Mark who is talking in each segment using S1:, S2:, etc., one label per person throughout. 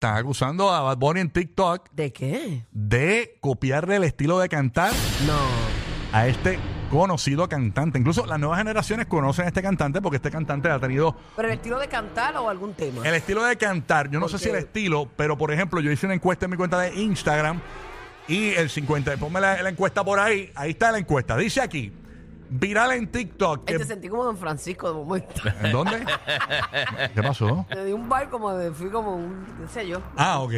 S1: Están acusando a Bad Bunny en TikTok
S2: ¿De qué?
S1: de copiarle el estilo de cantar
S2: No.
S1: a este conocido cantante. Incluso las nuevas generaciones conocen a este cantante porque este cantante ha tenido
S2: ¿Pero el estilo de cantar o algún tema?
S1: el estilo de cantar. Yo no sé
S2: Ok.
S1: si el estilo, pero por ejemplo, yo hice una encuesta en mi cuenta de Instagram y el 50, ponme la, la encuesta por ahí. Ahí está la encuesta. Dice aquí, viral en TikTok. que-
S2: Este sentí como Don Francisco de momento.
S1: ¿En dónde? ¿Qué pasó?
S2: Le di un bar como de, fui como un, qué sé yo.
S1: Ah, ok.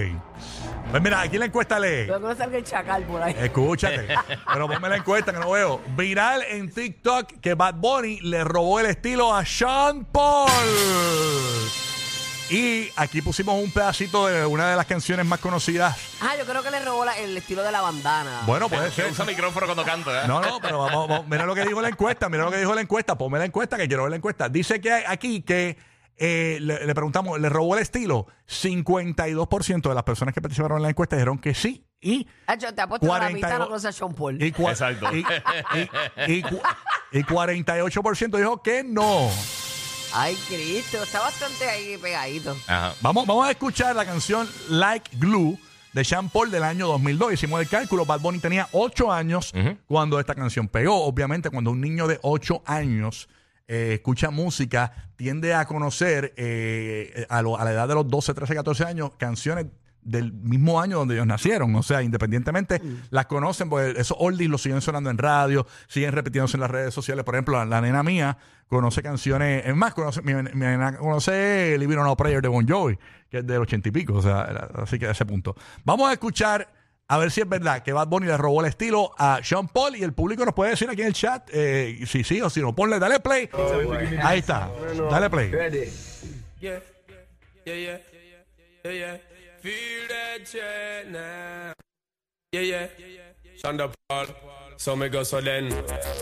S1: Pues mira, aquí la encuesta lee.
S2: Pero que no salga el chacal por
S1: Eh.
S2: ahí.
S1: Escúchate. Pero ponme la encuesta que no veo. Viral en TikTok que Bad Bunny le robó el estilo a Sean Paul. Y aquí pusimos un pedacito de una de las canciones más conocidas.
S2: Ah, yo creo que le robó la- el estilo de la bandana.
S1: Bueno, puede
S3: Que
S1: ser.
S3: usa micrófono cuando canta. ¿eh?
S1: No, no, pero vamos, vamos, mira lo que dijo la encuesta, mira lo que dijo la encuesta, ponme la encuesta que quiero ver la encuesta. Dice que hay aquí que eh, le, le preguntamos, ¿le robó el estilo? 52% de las personas que participaron en la encuesta dijeron que sí y
S2: Ah, yo te apuesto que la
S1: 42.
S2: mitad no conoce a Sean Paul.
S1: Y cua-
S3: Exacto.
S1: Y, y- y cu- y 48% dijo que no.
S2: Ay, Cristo, está bastante ahí pegadito.
S3: Ajá.
S1: Vamos, vamos a escuchar la canción Like Glue de Sean Paul del año 2002. Hicimos el cálculo. Bad Bunny tenía 8 años cuando esta canción pegó. Obviamente, cuando un niño de 8 años eh, escucha música, tiende a conocer eh, a, lo- a la edad de los 12, 13, 14 años canciones del mismo año donde ellos nacieron. O sea, independientemente, las conocen, porque esos oldies los siguen sonando en radio, siguen repitiéndose en las redes sociales. Por ejemplo, la, la nena mía conoce canciones, es más, conoce, mi, mi nena conoce Living on a Prayer de Bon Jovi, que es del ochenta y pico, o sea, era- así que a ese punto. Vamos a escuchar, a ver si es verdad que Bad Bunny le robó el estilo a Sean Paul y el público nos puede decir aquí en el chat eh, si sí o si no. Ponle, dale play. Ahí está, dale play.
S4: Yeah, yeah, yeah, yeah, yeah. Feel that shit now. Yeah, yeah. Shonda Paul, so me go so then.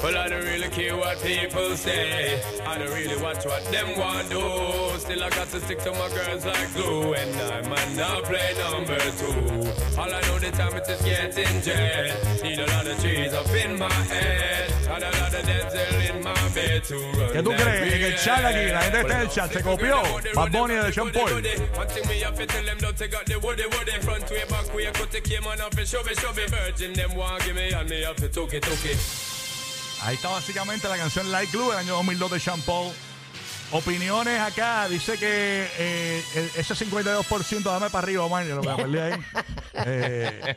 S4: Well, I don't really care what people say. I don't really watch what them want do. Still, I got to stick to my girls like glue. And I might not play number two. All I know the time is just getting jet. Need a lot of trees up in my head. And a lot of dental in my bed to run.
S1: ¿Qué tú
S4: that
S1: crees? En el chat aquí, la gente está en el chat, se copió Bad Bunny de Sean Paul. Ahí está básicamente la canción Light Club del año 2002 de Sean Paul. Opiniones acá, dice que eh, el- ese 52%, dame para arriba, Omar, yo lo voy a perder ahí. Eh,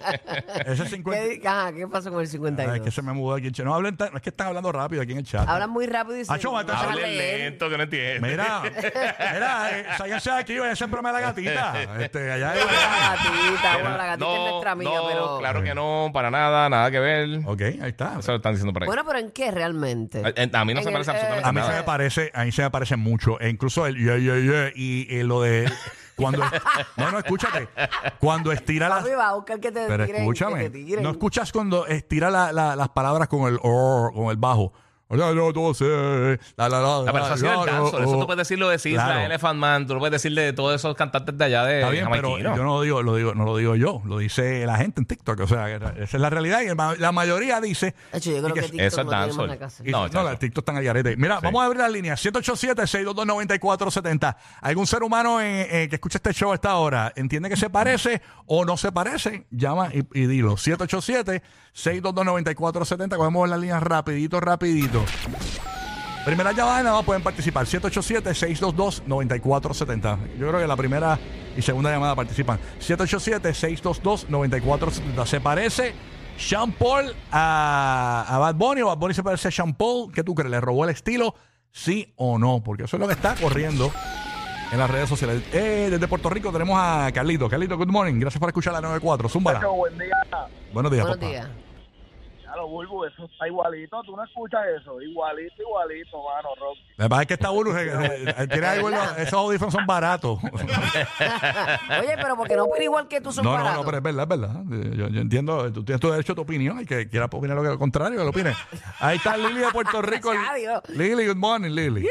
S1: ese
S2: ¿Qué,
S1: 50%.
S2: di- ajá, ¿qué pasó con el
S1: Ay, es
S2: 52?
S1: que se me mudó aquí el chat. No hablen, tan- es que están hablando rápido aquí en el chat.
S2: Hablan muy rápido y se...
S1: Ah, choma,
S2: no se
S1: hablen
S2: dejan
S3: Hable
S2: leer.
S3: lento que no entiende.
S1: Mira, mira, eh, sáquense de aquí, vayan siempre a la gatita. Este, allá
S2: Bueno, la gatita, bueno, la
S3: Mira,
S2: gatita es nuestra amiga,
S3: no,
S2: pero...
S3: claro que no, para nada, nada que ver.
S1: Ok, ahí está.
S3: Eso lo están diciendo por ahí.
S2: Bueno, pero ¿en qué realmente?
S1: Ah,
S3: Eh, a mí no
S2: en
S3: se
S2: el-
S3: parece
S2: eh,
S3: absolutamente
S1: A mí se
S3: nada.
S1: me parece, a mí se me parece mucho. E incluso el yeah, yeah, yeah, y, eh, lo de cuando no, no, escúchate. Cuando estira las.
S2: Papi, va a buscar que te
S1: Pero
S2: tiren, que
S1: escúchame.
S2: te tiren.
S1: No escuchas cuando estira la- la- las palabras con el or, con el bajo. La, la, la, la, la,
S3: La
S1: la,
S3: persona el
S1: la,
S3: danzo. Eso
S1: oh.
S3: tú puedes decirlo de Cisla,
S1: Claro.
S3: Elephant Man, tú lo puedes decir de todos esos cantantes de allá de
S1: Está bien, pero
S3: jamaiquinos.
S1: yo no lo digo, lo digo, no lo digo yo, lo dice la gente en TikTok. O sea, esa es la realidad. Y el ma- la mayoría dice.
S2: De hecho, yo creo
S1: y
S2: que,
S1: que-
S2: TikTok
S3: eso
S2: no
S3: es
S2: tiene más
S3: dancehall.
S2: nada que hacer.
S1: Y-
S3: No,
S1: no,
S3: chacho.
S1: las TikTok están al garete. Mira, vamos a abrir la línea. 787-622-9470. ¿Algún ser humano eh, eh, que escucha este show a esta hora entiende que se parece o no se parece? Llama y, y dilo. 787-622-9470. Cogemos la línea rapidito, rapidito. Primera llamada, nada más pueden participar. 787-622-9470. Yo creo que la primera y segunda llamada participan. 787-622-9470. ¿Se parece Sean Paul a, a Bad Bunny o Bad Bunny se parece a Sean Paul? ¿Qué tú crees? ¿Le robó el estilo? ¿Sí o no? Porque eso es lo que está corriendo en las redes sociales. Eh, desde Puerto Rico tenemos a Carlito. Carlito, good morning. Gracias por escuchar la 94. Zúmbala.
S5: Chacho, buen día.
S1: Buenos días,
S2: Buenos
S1: papá.
S2: días.
S5: Ya lo Bulbu, eso está igualito. Tú no escuchas eso. Igualito, igualito, mano, Rock.
S1: La verdad es que está uno. eh, eh, tiene algo en los- Esos audífonos son baratos.
S2: Oye, pero porque no opina igual que tú son
S1: No, no,
S2: baratos.
S1: no, pero es verdad, es verdad. Eh, Yo, yo entiendo, eh, tú tienes tu derecho a tu opinión y que quiera opinar lo que- lo contrario, que lo opine. Ahí está Lili de Puerto Rico.
S2: Gracias a Dios.
S1: Lili, good morning, Lili.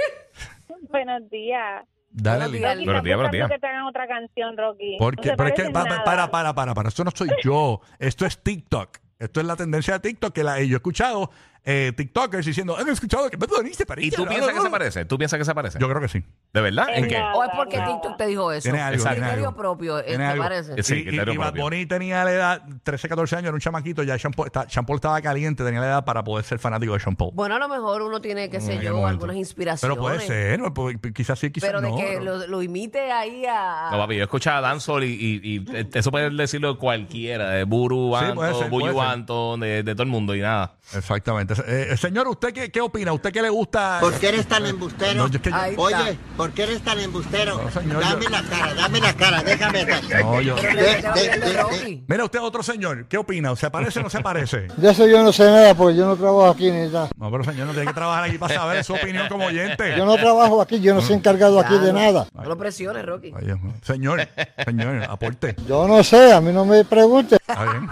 S6: Buenos días.
S1: Dale,
S2: Buenos
S1: Lili.
S2: días,
S6: Rocky,
S3: Buenos
S6: está
S3: días, buenos
S6: pensando
S3: días.
S6: que te hagan otra canción, Rocky.
S1: Porque,
S6: No se
S1: pero es que,
S6: parecen
S1: pa- pa-
S6: nada.
S1: para, para, para, para, eso no soy yo. Esto es TikTok. Esto es la tendencia de TikTok que la, yo he escuchado eh, TikTokers diciendo, han escuchado que Bad Bunny se parece.
S3: ¿Y tú
S1: No,
S3: piensas
S1: no,
S3: que se
S1: no.
S3: parece? ¿Tú piensas que se parece?
S1: Yo creo que sí.
S3: ¿De verdad? ¿En qué?
S6: Nada,
S2: O es porque
S6: nada.
S2: TikTok te dijo eso.
S1: Tiene algo.
S3: Exacto.
S1: tiene
S2: Criterio
S1: algo.
S2: propio, eh,
S1: Tiene
S2: ¿te
S1: algo.
S2: parece?
S1: Y,
S3: Sí,
S1: y,
S3: criterio
S1: y Bad
S3: propio.
S1: Bunny tenía la edad, 13, 14 años, era un chamaquito, ya Sean Paul, está- Sean Paul estaba caliente, tenía la edad para poder ser fanático de Sean Paul.
S2: Bueno, a lo mejor uno tiene, qué sé
S1: En aquel
S2: yo,
S1: momento.
S2: algunas inspiraciones.
S1: Pero puede ser, no, pues, quizás sí, quizás
S2: Pero de
S1: no.
S2: que
S1: pero-
S2: Lo, lo imite ahí a...
S3: No, papi, yo escuchaba Danzol y, y- y, eh, eso puede decirlo cualquiera, de Buru
S1: Sí, puede
S3: Anton,
S1: ser,
S3: Buyu
S1: puede ser.
S3: Anton, de, de todo el mundo y nada.
S1: Exactamente. Eh, eh, señor, ¿usted qué, qué opina? ¿Usted qué le gusta?
S7: ¿Por qué eres tan embustero?
S1: No, yo es que yo-
S2: Ahí
S7: Oye, ¿por qué eres tan embustero?
S1: No, señor,
S7: dame
S1: yo-
S7: la cara, dame la cara, déjame.
S1: No, yo-
S2: Pero
S7: De-
S2: le está
S7: de-
S2: hablando
S7: de-
S2: Rocky.
S1: Mira usted otro señor, ¿qué opina? ¿Se parece o no se parece?
S8: De eso yo no sé nada porque yo no trabajo aquí, neta.
S1: No, pero señor, no tiene que trabajar aquí para saber su opinión como oyente.
S8: Yo no trabajo aquí, yo no
S1: Mm.
S8: soy encargado aquí de nada.
S2: No lo presiones, Rocky.
S1: Ay, Dios mío. Señor, señor, aporte.
S8: Yo no sé, a mí no me pregunte.
S1: Está bien.